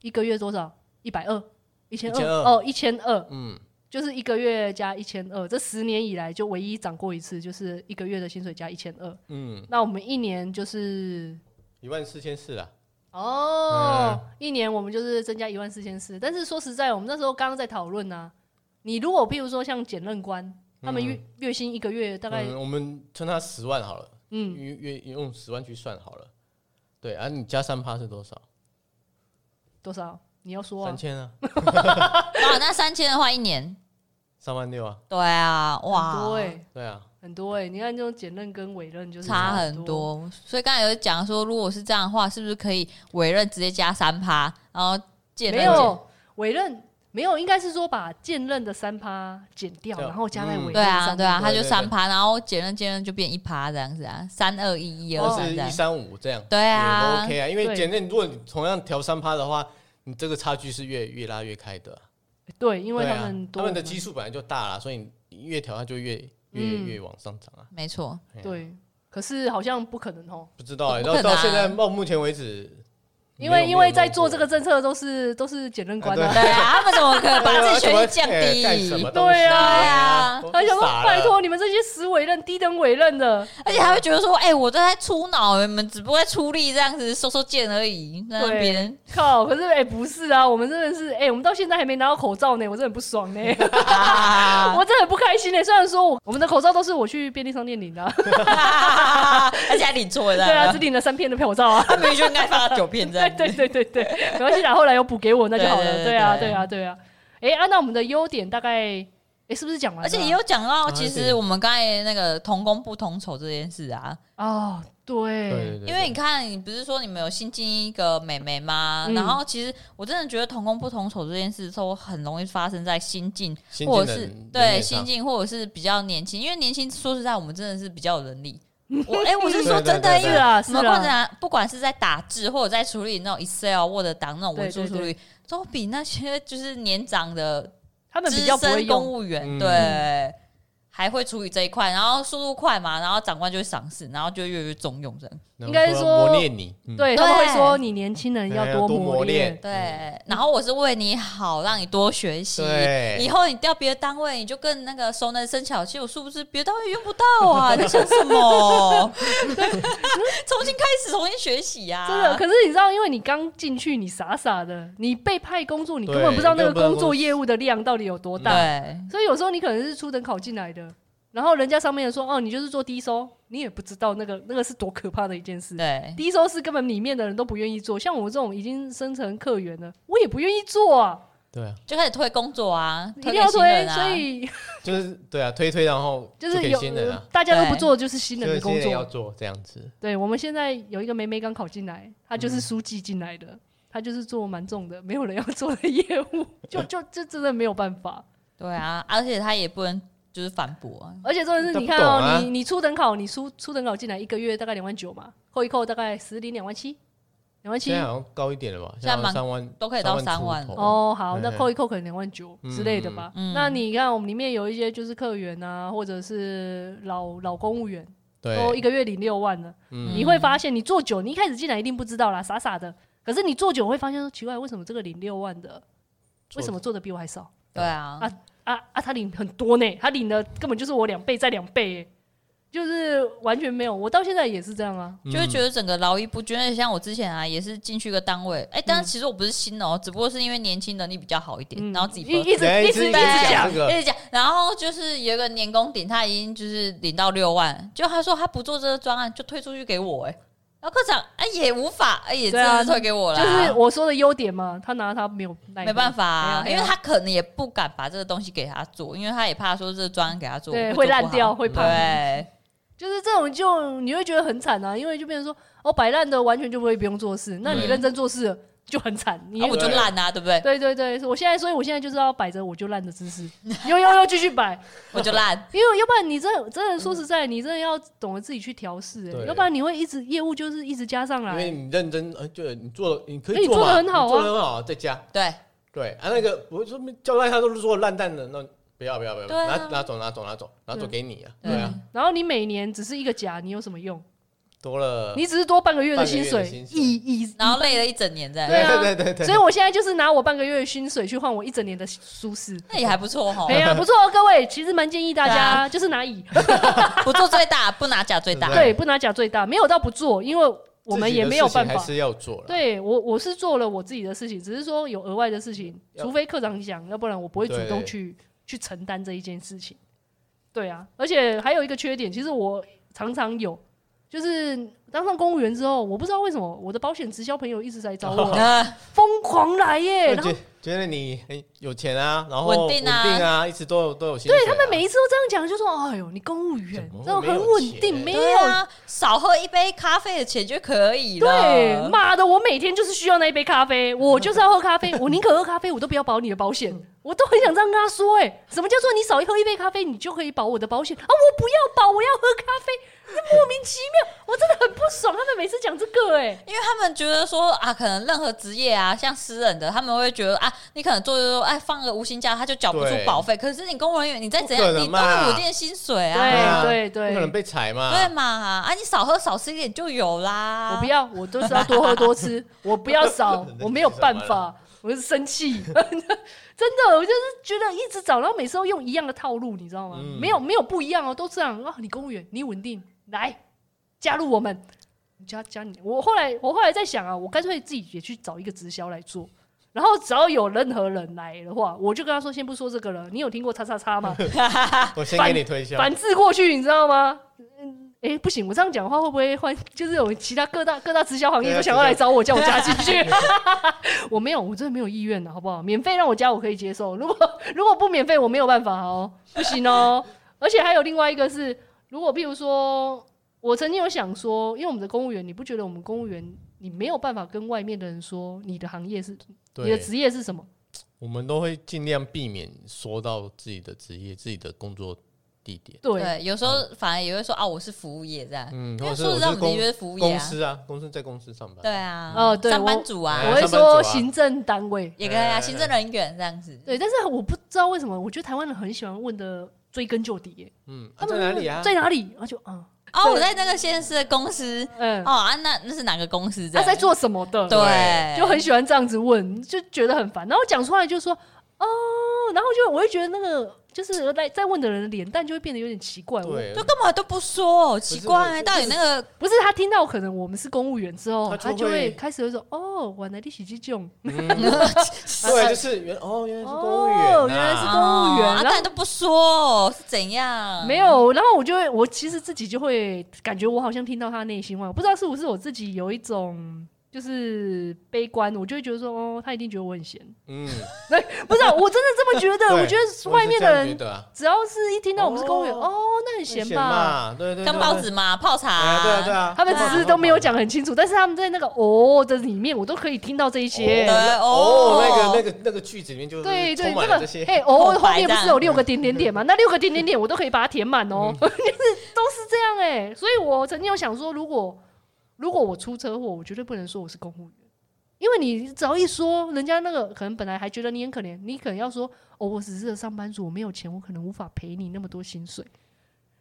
Speaker 1: 一个月多少？一百二，一千二
Speaker 3: 1200
Speaker 1: 哦，一千二，
Speaker 3: 嗯，
Speaker 1: 就是一个月加一千二。这十年以来就唯一涨过一次，就是一个月的薪水加一千二。
Speaker 3: 嗯，
Speaker 1: 那我们一年就是
Speaker 3: 一万四千四啦，嗯
Speaker 1: 哦，一年我们就是增加一万四千四。但是说实在，我们那时候刚刚在讨论呢，你如果譬如说像检任官，他们月月薪一个月大概
Speaker 3: 嗯，我们称它十万好了，
Speaker 1: 嗯
Speaker 3: 约约用十万去算好了，对啊，你加三趴是多少？
Speaker 1: 多少？你要说啊
Speaker 3: 三？千啊，
Speaker 2: 哇，那三千的话一年，
Speaker 3: 三万六啊，
Speaker 2: 对啊，哇，
Speaker 1: 很多哎，
Speaker 3: 对啊，
Speaker 1: 很多哎！你看这种检任跟委任就是
Speaker 2: 差很
Speaker 1: 很。
Speaker 2: 多。所以刚才有讲说，如果是这样的话，是不是可以委任直接加三趴，然后见
Speaker 1: 没有委任没有，应该是说把检任的三趴减掉，
Speaker 3: 对
Speaker 1: 然后加在
Speaker 3: 嗯
Speaker 1: 委
Speaker 2: 对
Speaker 1: 任
Speaker 2: 啊，
Speaker 1: 上面。
Speaker 2: 对啊，他
Speaker 3: 对
Speaker 2: 就
Speaker 3: 对对
Speaker 2: 三趴，然后减任减任就变一趴这样子啊，三二一一二
Speaker 3: 或
Speaker 2: 三
Speaker 3: 是
Speaker 2: 这样
Speaker 3: 一，三五这样，
Speaker 2: 对
Speaker 3: 也都
Speaker 2: 啊，
Speaker 3: OK 啊，因为
Speaker 1: 对
Speaker 3: 简单，如果你同样调三趴的话，你这个差距是越越拉越开的啊，
Speaker 1: 对，因为
Speaker 3: 对
Speaker 1: 他
Speaker 3: 啊
Speaker 1: 们
Speaker 3: 他
Speaker 1: 多
Speaker 3: 们的基数本来就大了，所以你越调它就越越
Speaker 1: 嗯
Speaker 3: 越往上涨啊，
Speaker 2: 没错，
Speaker 3: 哎呀
Speaker 1: 对，可是好像不可能哦。
Speaker 3: 不知道哎、
Speaker 2: 不
Speaker 3: 到
Speaker 2: 可能
Speaker 3: 到
Speaker 2: 啊
Speaker 3: 现在到目前为止，没
Speaker 1: 因
Speaker 3: 有
Speaker 1: 为因为在做这，
Speaker 3: 没
Speaker 1: 个政策的都是都是检任官的、
Speaker 3: 啊
Speaker 2: 对啊，他们怎么可能
Speaker 3: 有弄过
Speaker 2: 把自己权
Speaker 3: 哎
Speaker 2: 利降低？
Speaker 3: 干什么东西
Speaker 1: 对啊
Speaker 3: 都
Speaker 1: 他想说
Speaker 3: 傻：“了
Speaker 1: 拜托你们这些死委任、低等委任的，
Speaker 2: 而且还会觉得说，哎、我都在出脑，你们只不过在出力这样子收收剑而已，在那
Speaker 1: 对
Speaker 2: 边
Speaker 1: 靠！可是哎、不是啊，我们真的是哎、我们到现在还没拿到口罩呢，我真的很不爽呢，
Speaker 2: 啊，
Speaker 1: 我真的很不开心呢。虽然说我我们的口罩都是我去便利商店领的啊、
Speaker 2: 而且还领错了，
Speaker 1: 对啊，只领了三片的口罩 啊。
Speaker 2: 他明明就应该发九片这
Speaker 1: 对
Speaker 2: 样，
Speaker 1: 对对对对，没关系啦，后来有补给我那就好了。
Speaker 2: 啊对对对
Speaker 1: 对啊，
Speaker 2: 对
Speaker 1: 对啊，对啊。哎、按照我们的优点大概，哎、是不是讲完了啊？
Speaker 2: 而且也有讲到，
Speaker 3: 啊
Speaker 2: 其实
Speaker 3: 对
Speaker 2: 我们刚才那个同工不同酬这件事啊，
Speaker 1: 哦，
Speaker 3: 对
Speaker 1: 对
Speaker 3: 对对，
Speaker 2: 因为你看，你不是说你们有新进一个美眉吗？
Speaker 1: 嗯
Speaker 2: 然后其实我真的觉得同工不同酬这件事，都很容易发生在新进
Speaker 3: 新
Speaker 2: 或
Speaker 3: 进
Speaker 2: 者
Speaker 3: 的
Speaker 2: 是
Speaker 3: 人
Speaker 2: 对
Speaker 3: 也
Speaker 2: 新
Speaker 3: 差
Speaker 2: 进或者是比较年轻，因为年轻说实在，我们真的是比较有能力。我哎、我是说
Speaker 3: 对对
Speaker 2: 真的，
Speaker 3: 对
Speaker 2: 因
Speaker 1: 是
Speaker 2: 为
Speaker 1: 啊，
Speaker 2: 什
Speaker 1: 是
Speaker 2: 么不
Speaker 1: 啊，
Speaker 2: 管不管是在打字或者在处理那种 Excel、Word 啊档那种文
Speaker 1: 对
Speaker 2: 书
Speaker 1: 对
Speaker 2: 处理，都比那些就是年长的
Speaker 1: 他们比
Speaker 2: 资
Speaker 1: 较不会
Speaker 2: 深公
Speaker 1: 用，
Speaker 2: 务员
Speaker 3: 嗯
Speaker 2: 对。还会处理这一块，然后速度快嘛，然后长官就会赏识，然后就越来越重用这样。
Speaker 3: 然后
Speaker 1: 应该
Speaker 3: 说
Speaker 1: 说
Speaker 3: 磨练你，嗯，
Speaker 1: 对他们会
Speaker 2: 对
Speaker 1: 说你年轻人
Speaker 3: 对
Speaker 1: 要
Speaker 3: 哎要
Speaker 1: 多
Speaker 3: 多磨
Speaker 1: 磨
Speaker 3: 练
Speaker 1: 练，
Speaker 2: 对，然后我是为你好，让你多学习。
Speaker 3: 对
Speaker 2: 以后你调别的单位，你就更那个熟能生巧。其实我殊不知别的单位用不 到啊，你在想什么？重新开始，重新学习呀、啊！
Speaker 1: 真的，可是你知道，因为你刚进去，你傻傻的，你被派工作，你根本
Speaker 3: 对
Speaker 1: 不知道那个
Speaker 3: 根本不知道
Speaker 1: 工作
Speaker 3: 公司
Speaker 1: 业务的量到底有多大，
Speaker 2: 对，
Speaker 1: 所以有时候你可能是初等考进来的，然后人家上面说哦，你就是做低收，你也不知道那个那个是多可怕的一件事。
Speaker 2: 对，
Speaker 1: 低收是根本里面的人都不愿意做，像我这种已经升成客源了，我也不愿意做啊，
Speaker 3: 对啊，
Speaker 2: 就开始推工作啊，
Speaker 1: 一定
Speaker 2: 推给
Speaker 1: 要
Speaker 2: 新
Speaker 1: 推，
Speaker 2: 人啊
Speaker 1: 所以
Speaker 3: 就是对啊，推推然后
Speaker 1: 就是
Speaker 3: 给
Speaker 1: 有
Speaker 3: 新人啊，
Speaker 1: 大家都不
Speaker 2: 对
Speaker 1: 做，就是新
Speaker 3: 就
Speaker 1: 人
Speaker 3: 是
Speaker 1: 的
Speaker 3: 新
Speaker 1: 工
Speaker 3: 人要
Speaker 1: 作。
Speaker 3: 做这样子，
Speaker 1: 对，我们现在有一个妹妹刚考进来，她就是
Speaker 3: 嗯
Speaker 1: 书记进来的，她就是做蛮重的，没有人要 做的业务，就就这真的没有办法。
Speaker 2: 对啊，而且他也不能就是反驳啊。
Speaker 1: 而且重点是，
Speaker 3: 她不
Speaker 1: 你看哦，
Speaker 3: 懂啊
Speaker 1: 你你初等考，你初初等考进来一个月大概两万九嘛，扣一扣大概十零两万七，两万七
Speaker 3: 现在。好像高一点了吧，
Speaker 2: 现在蛮
Speaker 3: 三万
Speaker 2: 都可以到三万
Speaker 3: 出头
Speaker 1: 哦，好，
Speaker 3: 嗯
Speaker 1: 那扣一扣可能两万九之类的吧。
Speaker 2: 嗯嗯
Speaker 1: 那你看，我们里面有一些就是客源啊，或者是老老公务员，都
Speaker 3: 对，
Speaker 1: 一个月领六万了。
Speaker 3: 嗯
Speaker 1: 你会发现，你做久，你一开始进来一定不知道啦，傻傻的。可是你做久会发现说，奇怪，为什么这个领六万的，
Speaker 3: 做
Speaker 1: 为什么做的比我还少？
Speaker 2: 对啊，
Speaker 1: 啊啊啊，他领很多呢，他领的根本就是我两倍再两倍耶，就是完全没有。我到现在也是这样啊，
Speaker 2: 就会觉
Speaker 3: 得
Speaker 2: 得整个劳逸不均。而且像我之前啊，也是进去一个单位，哎、但是其实我不是新的哦，只不过是因为年轻能力比较好一点，
Speaker 1: 嗯
Speaker 2: 然后自 己
Speaker 1: 一
Speaker 2: 分
Speaker 1: 一直
Speaker 3: 哎
Speaker 1: 一
Speaker 3: 一
Speaker 1: 直
Speaker 3: 直
Speaker 1: 一直
Speaker 2: 对啊
Speaker 1: 讲，
Speaker 3: 这个
Speaker 2: 一直讲，然后就是有一个年功顶，他已经就是领到六万，就他说他不做这个专案，就退出去给我、哎，然后科长哎、也无法，哎、也
Speaker 1: 对
Speaker 2: 真
Speaker 1: 啊
Speaker 2: 的是退给我了、
Speaker 1: 就是我说的优点嘛，他拿他没有耐
Speaker 2: 没办
Speaker 1: 法，
Speaker 2: 法、啊，
Speaker 1: 没有
Speaker 2: 因
Speaker 1: 没有
Speaker 2: 为他可能也不敢把这个东西给他做，因为他也怕说这个专案给他做
Speaker 1: 对，
Speaker 2: 做
Speaker 1: 会
Speaker 2: 不
Speaker 1: 烂
Speaker 2: 好
Speaker 1: 掉，会
Speaker 2: 对啊
Speaker 1: 怕。，就是这种就你会觉得很惨啊，因为就变成说，哦，摆烂的完全就不会不用做事，那你
Speaker 3: 嗯
Speaker 1: 认真做事了就很惨，你
Speaker 2: 然后我就
Speaker 3: 对
Speaker 2: 烂啊，对不对？
Speaker 1: 对对对，我现在，所以我现在就是要摆着我就烂的姿势，又又又继续摆，
Speaker 2: 我就烂，
Speaker 1: 因为要不然你真的真的说实在，你真的要懂得自己去调试、欸，
Speaker 3: 对
Speaker 1: 要不然你会一直业务就是一直加上
Speaker 3: 因为
Speaker 1: 来，
Speaker 3: 你认真，呃，就你做了，你可
Speaker 1: 哎你
Speaker 3: 以做
Speaker 1: 做得
Speaker 3: 嘛
Speaker 1: 很好啊
Speaker 3: 你做的很好，再加
Speaker 2: 对
Speaker 3: 对啊，那个我说叫赖他都是说烂蛋的，那不要不要不要，
Speaker 2: 对啊
Speaker 3: 拿拿走拿走拿走拿走
Speaker 1: 嗯
Speaker 3: 给你啊，
Speaker 2: 对
Speaker 3: 对啊，
Speaker 1: 然后你每年只是一个甲，你有什么用？
Speaker 3: 多了，
Speaker 1: 你只是多半个月的薪水
Speaker 3: 半个月的薪，水
Speaker 1: 以以。
Speaker 2: 然后累了一整年这样
Speaker 1: 对啊
Speaker 3: 对对对
Speaker 1: 所以我现在就是拿我半个月的薪水去换我一整年的舒适。
Speaker 2: 那也还不错哈
Speaker 1: 哎。呀，不错哦，各位，其实蛮建议大
Speaker 2: 对
Speaker 1: 家
Speaker 2: 啊
Speaker 1: 就是拿乙，
Speaker 2: 不做最大，不拿甲最大。
Speaker 3: 对
Speaker 1: 对，不拿甲最大，没有到不做，因为我们也没有办
Speaker 3: 自己的事情还
Speaker 1: 法。
Speaker 3: 是要做了，
Speaker 1: 对我，我是做了我自己的事情，只是说有额外的事情，
Speaker 3: 嗯要
Speaker 1: 除非科长想，要不然我不会主动
Speaker 3: 对
Speaker 1: 去去承担这一件事情。对啊，而且还有一个缺点，其实我常常有，就是当上公务员之后，我不知道为什么我的保险直销朋友一直在找我，
Speaker 3: 哦
Speaker 2: 呃，
Speaker 1: 疯狂来耶，
Speaker 3: 我
Speaker 1: 然后
Speaker 3: 觉觉得你很有钱啊，然后
Speaker 2: 稳
Speaker 3: 稳
Speaker 2: 定
Speaker 3: 定
Speaker 2: 啊
Speaker 3: 啊，一直都有都有薪水啊，对他们
Speaker 1: 每一次都这样讲，就说哎呦，你公务员
Speaker 3: 怎么会
Speaker 1: 真
Speaker 3: 没
Speaker 1: 的很
Speaker 3: 有
Speaker 1: 稳
Speaker 3: 钱
Speaker 1: 定，没有
Speaker 2: 对啊，少喝一杯咖啡的钱就可以
Speaker 1: 对，
Speaker 2: 了。
Speaker 1: 妈的，我每天就是需要那一杯咖啡，我就是要喝咖啡，我宁可喝咖啡，我都不要保你的保险，我都很想这样跟他说、欸，哎，什么叫做你少喝一杯咖啡，你就可以保我的保险 啊？我不要保，我要喝咖啡，这莫名其妙，我真的很不爽，他们每次讲这个、欸，哎，
Speaker 2: 因为他们觉得说啊，可能任何职业啊，像私人的，他们会觉得啊，你可能做做做，哎，放个无薪假，他就缴不出
Speaker 3: 对
Speaker 2: 保费。可是你公务人员，你再怎
Speaker 3: 不可
Speaker 2: 样，
Speaker 3: 能
Speaker 2: 你都
Speaker 3: 嘛
Speaker 2: 有稳定的薪水啊，
Speaker 3: 啊
Speaker 1: 对对
Speaker 3: 不可能
Speaker 1: 对，
Speaker 3: 被裁嘛，，
Speaker 2: 对嘛？啊，你少喝少吃一点就有啦。
Speaker 1: 我不要，我都是要多喝多吃，我不要少我没有办法。我是生气， 真的，我就是觉得一直找，然后每次都用一样的套路，你知道吗？
Speaker 3: 嗯
Speaker 1: 没有没有不一样哦，都这样啊！你公务员，你稳定，来加入我们，加加你。我后来我后来在想啊，我干脆自己也去找一个直销来做，然后只要有任何人来的话，我就跟他说，先不说这个了，你有听过叉叉叉吗？
Speaker 3: 我先
Speaker 1: 反
Speaker 3: 给你推销，
Speaker 1: 反制过去，你知道吗？嗯，哎、不行，我这样讲的话会不会换？就是有其他各大各大直销行业
Speaker 3: 对啊啊
Speaker 1: 都想要来找我，叫我加进去。 我没有，我真的没有意愿的，好不好？免费让我加，我可以接受。如果如果不免费，我没有办法哦，不行哦。而且还有另外一个是，如果譬如说，我曾经有想说，因为我们的公务员，你不觉得我们公务员你没有办法跟外面的人说你的行业是你的
Speaker 3: 对，
Speaker 1: 职业是什么？
Speaker 3: 我们都会尽量避免说到自己的职业、自己的工作地点。
Speaker 1: 对，
Speaker 2: 对，有时候反而也会说啊，我是服务业这样，
Speaker 3: 嗯，
Speaker 2: 因
Speaker 3: 或者
Speaker 2: 为
Speaker 3: 是
Speaker 2: 说
Speaker 3: 我
Speaker 2: 实
Speaker 3: 是
Speaker 2: 在，我们的
Speaker 3: 公
Speaker 2: 确是服务业
Speaker 3: 公
Speaker 2: 啊，
Speaker 3: 司啊，公司在公司上班。
Speaker 2: 对啊，
Speaker 1: 哦对
Speaker 2: 上班
Speaker 1: 我
Speaker 2: 族啊
Speaker 3: 哎
Speaker 1: 我会
Speaker 3: 上班族
Speaker 1: 说
Speaker 3: 啊
Speaker 1: 行政单位。
Speaker 2: 也可以啊，行政人员这样子，
Speaker 1: 对，但是我不知道为什么，我觉得台湾人很喜欢问的追根究底耶、
Speaker 3: 嗯，啊
Speaker 1: 他
Speaker 3: 在
Speaker 1: 们
Speaker 3: 哪里啊？
Speaker 1: 在哪里？然后就啊，
Speaker 2: 哦，我在那个县市的公司，
Speaker 1: 嗯，
Speaker 2: 哦啊，那那是哪个公司？
Speaker 1: 他、在，做什么的？
Speaker 2: 对，
Speaker 1: 就很喜欢这样子问，就觉得很烦。然后讲出来就说哦，然后就我会觉得那个就是在在问的人的脸蛋就会变得有点奇怪。我
Speaker 3: 对，
Speaker 2: 就根本都不说，
Speaker 3: 是
Speaker 2: 奇怪、
Speaker 3: 就是
Speaker 2: 到底那个
Speaker 1: 不是他听到可能我们是公务员之后，他
Speaker 3: 他就
Speaker 1: 就
Speaker 3: 会
Speaker 1: 会开始会说哦，我来利息机种，
Speaker 3: 嗯对，就是原哦，原来是公务
Speaker 1: 哦
Speaker 3: 员
Speaker 1: 原来是
Speaker 3: 啊，
Speaker 1: 公务员
Speaker 2: 哦啊，
Speaker 1: 然后
Speaker 2: 到底都不说哦是怎样？
Speaker 1: 没有，然后我就会，我其实自己就会感觉我好像听到他内心话，我不知道是不是我自己有一种就是悲观，我就会觉得说，哦，他一定觉得我很闲，
Speaker 3: 嗯，
Speaker 1: 不是啊、我真的这么觉得，
Speaker 3: 对
Speaker 1: 我觉得外面的
Speaker 3: 我也是
Speaker 1: 人
Speaker 3: 这样觉得啊
Speaker 1: 只要是一听到我们是公务员，
Speaker 3: 哦
Speaker 1: 哦，那很闲
Speaker 3: 很
Speaker 1: 吧。
Speaker 3: 嘛，对对，对
Speaker 2: 当报纸，嘛，泡茶、
Speaker 3: 哎对啊对啊，
Speaker 1: 他们只是都没有讲很清楚，但是他们在那个哦的里面，我都可以听到这一些。
Speaker 2: 对
Speaker 3: 哦
Speaker 2: 哦，，
Speaker 3: 那个那个那个句子里面就是
Speaker 1: 对对，
Speaker 3: 充
Speaker 1: 这
Speaker 3: 满了这
Speaker 1: 个
Speaker 3: 些，
Speaker 1: 哎，哦，
Speaker 2: 空白
Speaker 1: 后面不是
Speaker 2: 这样
Speaker 1: 有六个点点点吗？那六个点点点我都可以把它填满哦，
Speaker 3: 嗯
Speaker 1: 就是都是这样哎、所以我曾经有想说，如果如果我出车祸，我绝对不能说我是公务员，因为你只要一说，人家那个可能本来还觉得你很可怜，你可能要说哦，我只是个上班族，我没有钱，我可能无法赔你那么多薪水。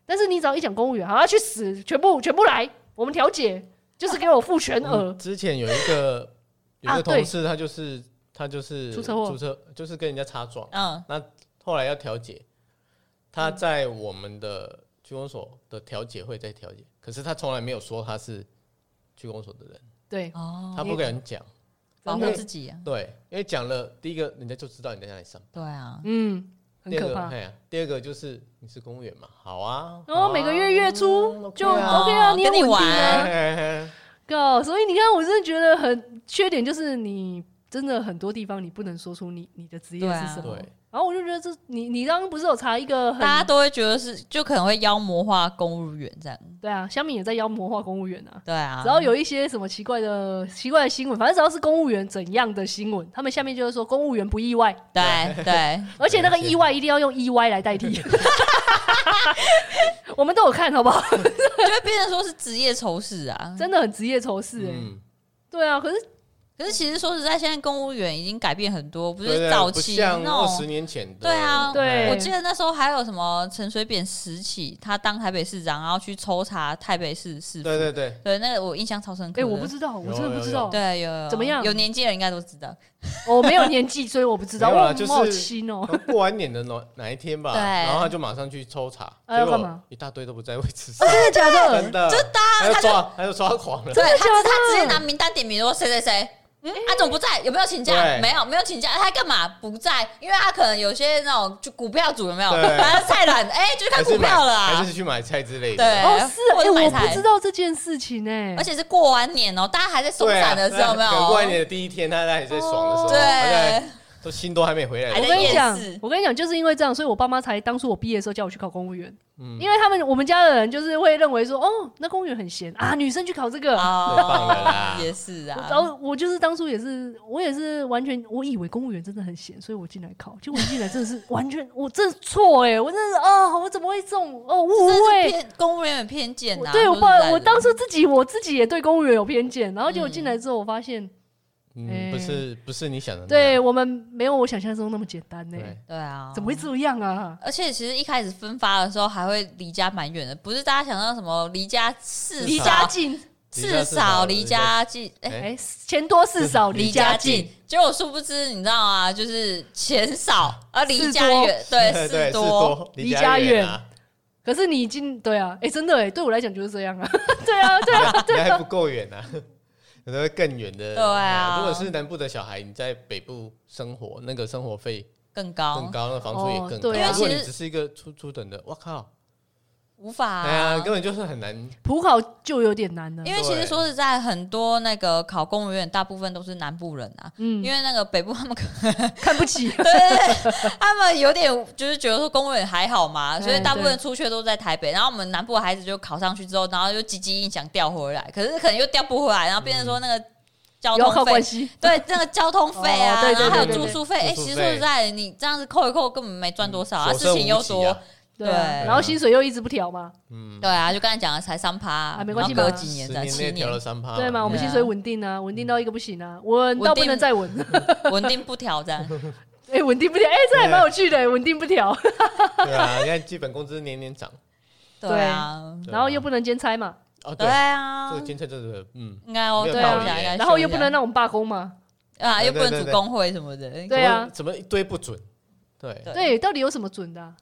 Speaker 1: 但是你只要一讲公务员，好，要去死，全部全部来，我们调解，就是给我付全额
Speaker 3: 嗯。之前有一个有一
Speaker 1: 啊
Speaker 3: 个
Speaker 1: 对
Speaker 3: 同事，他就是他就是
Speaker 1: 出车祸
Speaker 3: 出车就是跟人家擦撞，
Speaker 2: 嗯，
Speaker 3: 后来要调解，他在我们的区公所的调解会在调解，可是他从来没有说他是区公所的人，
Speaker 1: 对，
Speaker 2: 哦，
Speaker 3: 他不敢讲，
Speaker 2: 保护自己、啊，
Speaker 3: 对，因为讲了第一个人家就知道你在哪里上
Speaker 2: 对啊，
Speaker 1: 嗯，
Speaker 3: 班，
Speaker 1: 很
Speaker 3: 第二
Speaker 1: 可
Speaker 3: 个
Speaker 1: 怕。
Speaker 3: 哎呀，第二个就是你是公务员嘛，好啊，
Speaker 1: 然后
Speaker 2: 哦
Speaker 1: 每个月月初就
Speaker 3: OK 啊
Speaker 1: OK 啊，你很
Speaker 2: 跟
Speaker 1: 稳
Speaker 2: 你
Speaker 1: 定
Speaker 2: 玩
Speaker 1: 啊
Speaker 3: 嘿。嘿嘿
Speaker 1: 告，所以你看，我真的觉得很缺点就是你真的很多地方你不能说出你你的职业
Speaker 2: 对啊
Speaker 1: 是什么。
Speaker 3: 对，
Speaker 1: 然后我就觉得这你你刚刚不是有查一个
Speaker 2: 大家
Speaker 1: 很
Speaker 2: 都会觉得是，就可能会妖魔化公务员这样，
Speaker 1: 对啊，香米也在妖魔化公务员啊。
Speaker 2: 对啊，
Speaker 1: 只要有一些什么奇怪的奇怪的新闻，反正只要是公务员怎样的新闻，他们下面就会说公务员不意外，
Speaker 2: 对对，
Speaker 1: 而且那个意外一定要用 E Y 来代 替。我们都有看好不好？
Speaker 2: 就会变成说是职业仇视啊。
Speaker 1: 真的很职业仇视哎、
Speaker 3: 嗯，
Speaker 1: 对啊，可是
Speaker 2: 可是其实说实在，现在公务员已经改变很多，不
Speaker 3: 对
Speaker 2: 是
Speaker 3: 对
Speaker 2: 早
Speaker 3: 不
Speaker 2: 期
Speaker 3: 像
Speaker 2: 那
Speaker 3: 二十
Speaker 2: 种。
Speaker 3: 年前的，
Speaker 2: 对啊
Speaker 1: 对
Speaker 2: 我记得那时候还有什么陈水扁时期，他当台北市长，然后去抽查台北市市府
Speaker 3: 对对对，
Speaker 2: 对，那个我印象超深刻
Speaker 1: 哎、
Speaker 2: 的。
Speaker 1: 我不知道，我
Speaker 3: 有
Speaker 1: 真的
Speaker 3: 有
Speaker 1: 不知
Speaker 3: 有
Speaker 1: 道。
Speaker 2: 对，有有
Speaker 1: 怎么样
Speaker 2: 有年纪人应该都知道。
Speaker 1: 我哦没有年纪，所以我不知道。
Speaker 3: 没有啦啊
Speaker 1: 哇，
Speaker 3: 就是
Speaker 1: 我好亲哦、
Speaker 3: 可能过完年的哪哪一天吧，
Speaker 2: 对
Speaker 3: 然后他就马上去抽查，
Speaker 1: 哎要
Speaker 3: 结
Speaker 1: 干
Speaker 3: 果
Speaker 1: 嘛
Speaker 3: 一大堆都不在位置上
Speaker 1: 哦，，真的假的？
Speaker 3: 真的，真的，他就抓，他就抓狂了，
Speaker 2: 对，啊他
Speaker 1: 假的哎
Speaker 2: 他直接拿名单点名说谁谁谁。嗯，他怎么不在？有没有请假？
Speaker 3: 对
Speaker 2: 没有，没有请假。他干嘛不在？因为他可能有些那种就股票组有没有？
Speaker 3: 对
Speaker 2: 反正菜篮，哎，就是看
Speaker 3: 还是
Speaker 2: 股票了
Speaker 3: 买还
Speaker 2: 啊
Speaker 3: 是。去买菜之类的，啊
Speaker 2: 对，
Speaker 1: 哦，是
Speaker 2: 呃或
Speaker 1: 哎、
Speaker 2: 者
Speaker 1: 我
Speaker 2: 买
Speaker 1: 不
Speaker 2: 菜
Speaker 1: 知，道这件事情哎、
Speaker 2: 而且是过完年哦，大家还在松
Speaker 3: 对啊
Speaker 2: 散的时候，有没
Speaker 3: 可能过完年哦
Speaker 2: 有？
Speaker 3: 的第一天，他还在爽的时候，他
Speaker 2: 对
Speaker 3: 在，都心都还没回来
Speaker 2: 还
Speaker 3: 的时
Speaker 1: 我
Speaker 3: 候，
Speaker 1: 跟你
Speaker 2: 在夜
Speaker 1: 讲
Speaker 2: 市，
Speaker 1: 我跟你讲，就是因为这样，所以我爸妈才当初我毕业的时候叫我去考公务员，
Speaker 3: 嗯
Speaker 1: 因为他们我们家的人就是会认为说，哦，那公务员很闲
Speaker 2: 嗯
Speaker 1: 啊，女生去考这个。
Speaker 3: 太棒了啦
Speaker 2: 也是啊。
Speaker 1: 然后我就是当初也是，我也是完全，我以为公务员真的很闲，所以我进来考，结果一进来真的是完全，我真的错哎、我真的是啊，我怎么会这种哦误
Speaker 2: 这是
Speaker 1: 会？
Speaker 2: 偏公务员有偏见
Speaker 1: 我
Speaker 2: 呐。
Speaker 1: 对我
Speaker 2: 说实
Speaker 1: 爸
Speaker 2: 啊在，的
Speaker 1: 我当初自己我自己也对公务员有偏见，然后结果进来之后，我发现，
Speaker 2: 嗯
Speaker 3: 嗯，不是
Speaker 1: 哎
Speaker 3: 不是你想的那
Speaker 1: 对
Speaker 3: 样，
Speaker 1: 我们没有我想象中那么简单呢、
Speaker 3: 对，
Speaker 2: 对啊，
Speaker 1: 怎么会这样啊？
Speaker 2: 而且其实一开始分发的时候还会离家蛮远的，不是大家想到什么离家至
Speaker 1: 离
Speaker 2: 少
Speaker 1: 家近，
Speaker 2: 至少离家近，哎、
Speaker 3: 哎
Speaker 1: 哎、钱多事少，离
Speaker 2: 离
Speaker 1: 家
Speaker 2: 家
Speaker 1: 近
Speaker 2: 近。。结果殊不知，你知道啊，就是钱少，而离
Speaker 1: 事
Speaker 2: 家
Speaker 1: 多
Speaker 2: 远， 对，
Speaker 3: 哎对
Speaker 2: 事
Speaker 3: 对，
Speaker 2: 多。
Speaker 3: 离
Speaker 1: 离
Speaker 3: 家
Speaker 1: 家
Speaker 3: 远
Speaker 1: 远
Speaker 3: 啊，
Speaker 1: 可是你已经对啊，哎、真的哎、对我来讲就是这样啊， 对啊，对啊，
Speaker 3: 你还不够远啊。 有的会更远的，
Speaker 2: 对啊
Speaker 3: 哎如果是南部的小孩，你在北部生活，那个生活费
Speaker 2: 更高。
Speaker 3: 更高，那房租也更
Speaker 1: 哦
Speaker 3: 高。
Speaker 1: 对
Speaker 2: 啊
Speaker 3: 如果
Speaker 2: 因为其
Speaker 3: 你只
Speaker 2: 实
Speaker 3: 是一个初初等的，我靠，
Speaker 2: 无法、啊
Speaker 3: 哎呀，根本就是很难。
Speaker 1: 普考就有点难了，
Speaker 2: 因为其实
Speaker 3: 对
Speaker 2: 说实在，很多那个考公务员大部分都是南部人啊，
Speaker 1: 嗯
Speaker 2: 因为那个北部他们可
Speaker 1: 看不 起
Speaker 2: 对对对，他们有点就是觉得说公务员还好嘛，所以
Speaker 1: 哎
Speaker 2: 大部
Speaker 1: 对
Speaker 2: 分出去都在台北。然后我们南部的孩子就考上去之后，然后就积极想调回来，可是可能又调不回来，然后变成说那个交
Speaker 1: 有靠
Speaker 2: 通
Speaker 1: 关
Speaker 2: 费，
Speaker 1: 系，
Speaker 2: 对那个交通费啊，
Speaker 1: 哦对对
Speaker 2: 然后还有
Speaker 3: 对对
Speaker 2: 住宿费。哎，
Speaker 3: 住宿
Speaker 2: 其
Speaker 3: 费嗯
Speaker 2: 实说实在，你这样子扣一扣，根本没赚多少啊，
Speaker 3: 所
Speaker 2: 事
Speaker 3: 剩
Speaker 2: 情又
Speaker 3: 无几
Speaker 2: 多
Speaker 3: 啊，。
Speaker 1: 对啊，
Speaker 2: 对
Speaker 1: 然后薪水又一直不调嘛，
Speaker 3: 嗯，
Speaker 2: 对啊，就刚才讲的才三趴，
Speaker 1: 啊没关系
Speaker 2: 然后
Speaker 1: 嘛
Speaker 2: 隔几
Speaker 3: 十
Speaker 2: 年的
Speaker 3: 年
Speaker 2: 七
Speaker 3: 内调
Speaker 2: 年
Speaker 3: 了，三趴，
Speaker 1: 对嘛，我们
Speaker 2: 对啊
Speaker 1: 薪水稳定啊，稳定到一个不行啊，稳到不能再稳，
Speaker 2: 稳定不调这样。
Speaker 1: 哎，稳定不调，哎，这还蛮有趣的，稳定不调，
Speaker 3: 对啊，你看基本工资年年涨，
Speaker 2: 对啊，
Speaker 3: 对啊
Speaker 1: 然后又不能兼差嘛，
Speaker 3: 哦，对
Speaker 2: 对，啊
Speaker 3: 这个，监测真的，嗯，
Speaker 2: 应该哦，
Speaker 3: 没有
Speaker 2: 对
Speaker 3: 道
Speaker 2: 啊，
Speaker 3: 理
Speaker 2: 应该
Speaker 3: 耶
Speaker 2: 修一下
Speaker 1: 然后又不能让我们罢工嘛，
Speaker 2: 啊，又不
Speaker 3: 对
Speaker 2: 能
Speaker 3: 对
Speaker 2: 组
Speaker 3: 对
Speaker 2: 工会什么的，
Speaker 1: 对啊
Speaker 3: 怎么怎么一堆不准？对，
Speaker 2: 对
Speaker 1: 对，到底有什么准的啊？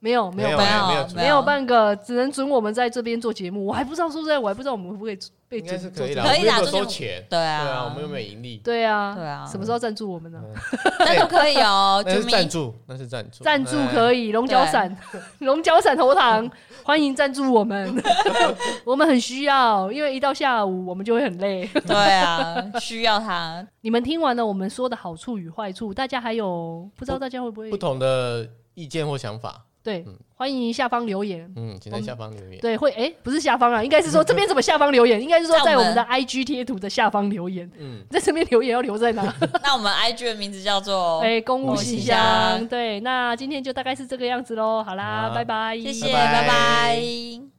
Speaker 1: 没有，没有
Speaker 3: 没
Speaker 2: 没
Speaker 3: 有
Speaker 1: 办法。
Speaker 3: 有
Speaker 1: 没有半个，只能准我们在这边做节目。我还不知道说实在，我还不知道我们会不会被
Speaker 3: 应该
Speaker 1: 准
Speaker 3: 是
Speaker 1: 做
Speaker 3: 可
Speaker 1: 这
Speaker 3: 以
Speaker 1: 个
Speaker 3: 啦，
Speaker 2: 可以啦
Speaker 3: 我们又没
Speaker 2: 这
Speaker 3: 有
Speaker 2: 就
Speaker 3: 收钱，
Speaker 2: 对
Speaker 3: 对
Speaker 2: 啊，
Speaker 3: 啊，我们又没有盈利，嗯哎
Speaker 1: 对啊，
Speaker 2: 对啊
Speaker 1: 什么时候赞助我们呢？
Speaker 2: 那都可以哦，
Speaker 3: 那
Speaker 2: 救
Speaker 3: 是赞
Speaker 2: 命！
Speaker 3: 助，那是赞助，
Speaker 1: 赞助
Speaker 3: 哎
Speaker 1: 可以，龙角散， 龙角散喉糖，欢迎赞助 我们，我们很需要，因为一到下午我们就会很累。
Speaker 2: 对啊，需要他。
Speaker 1: 你们听完了我们说的好处与坏处，大家还有不知道大家会不会
Speaker 3: 不同的意见或想法，
Speaker 1: 对
Speaker 3: 嗯？
Speaker 1: 欢迎下方留言。
Speaker 3: 嗯，请在下方留言。
Speaker 1: 对，会诶，不是下方啊，应该是说这边怎么下方留言？应该是说在我们的 IG 贴图的下方留言，
Speaker 3: 嗯，
Speaker 1: 在这边留言要留在哪？
Speaker 2: 那我们 IG 的名字叫做，
Speaker 1: 哎、公务
Speaker 3: 务
Speaker 1: 信
Speaker 3: 信
Speaker 1: 箱，
Speaker 2: 箱
Speaker 1: 对，那今天就大概是这个样子喽。好啦，
Speaker 3: 好
Speaker 1: 拜拜，
Speaker 2: 谢
Speaker 3: 拜
Speaker 2: 谢，
Speaker 3: 拜
Speaker 2: 拜拜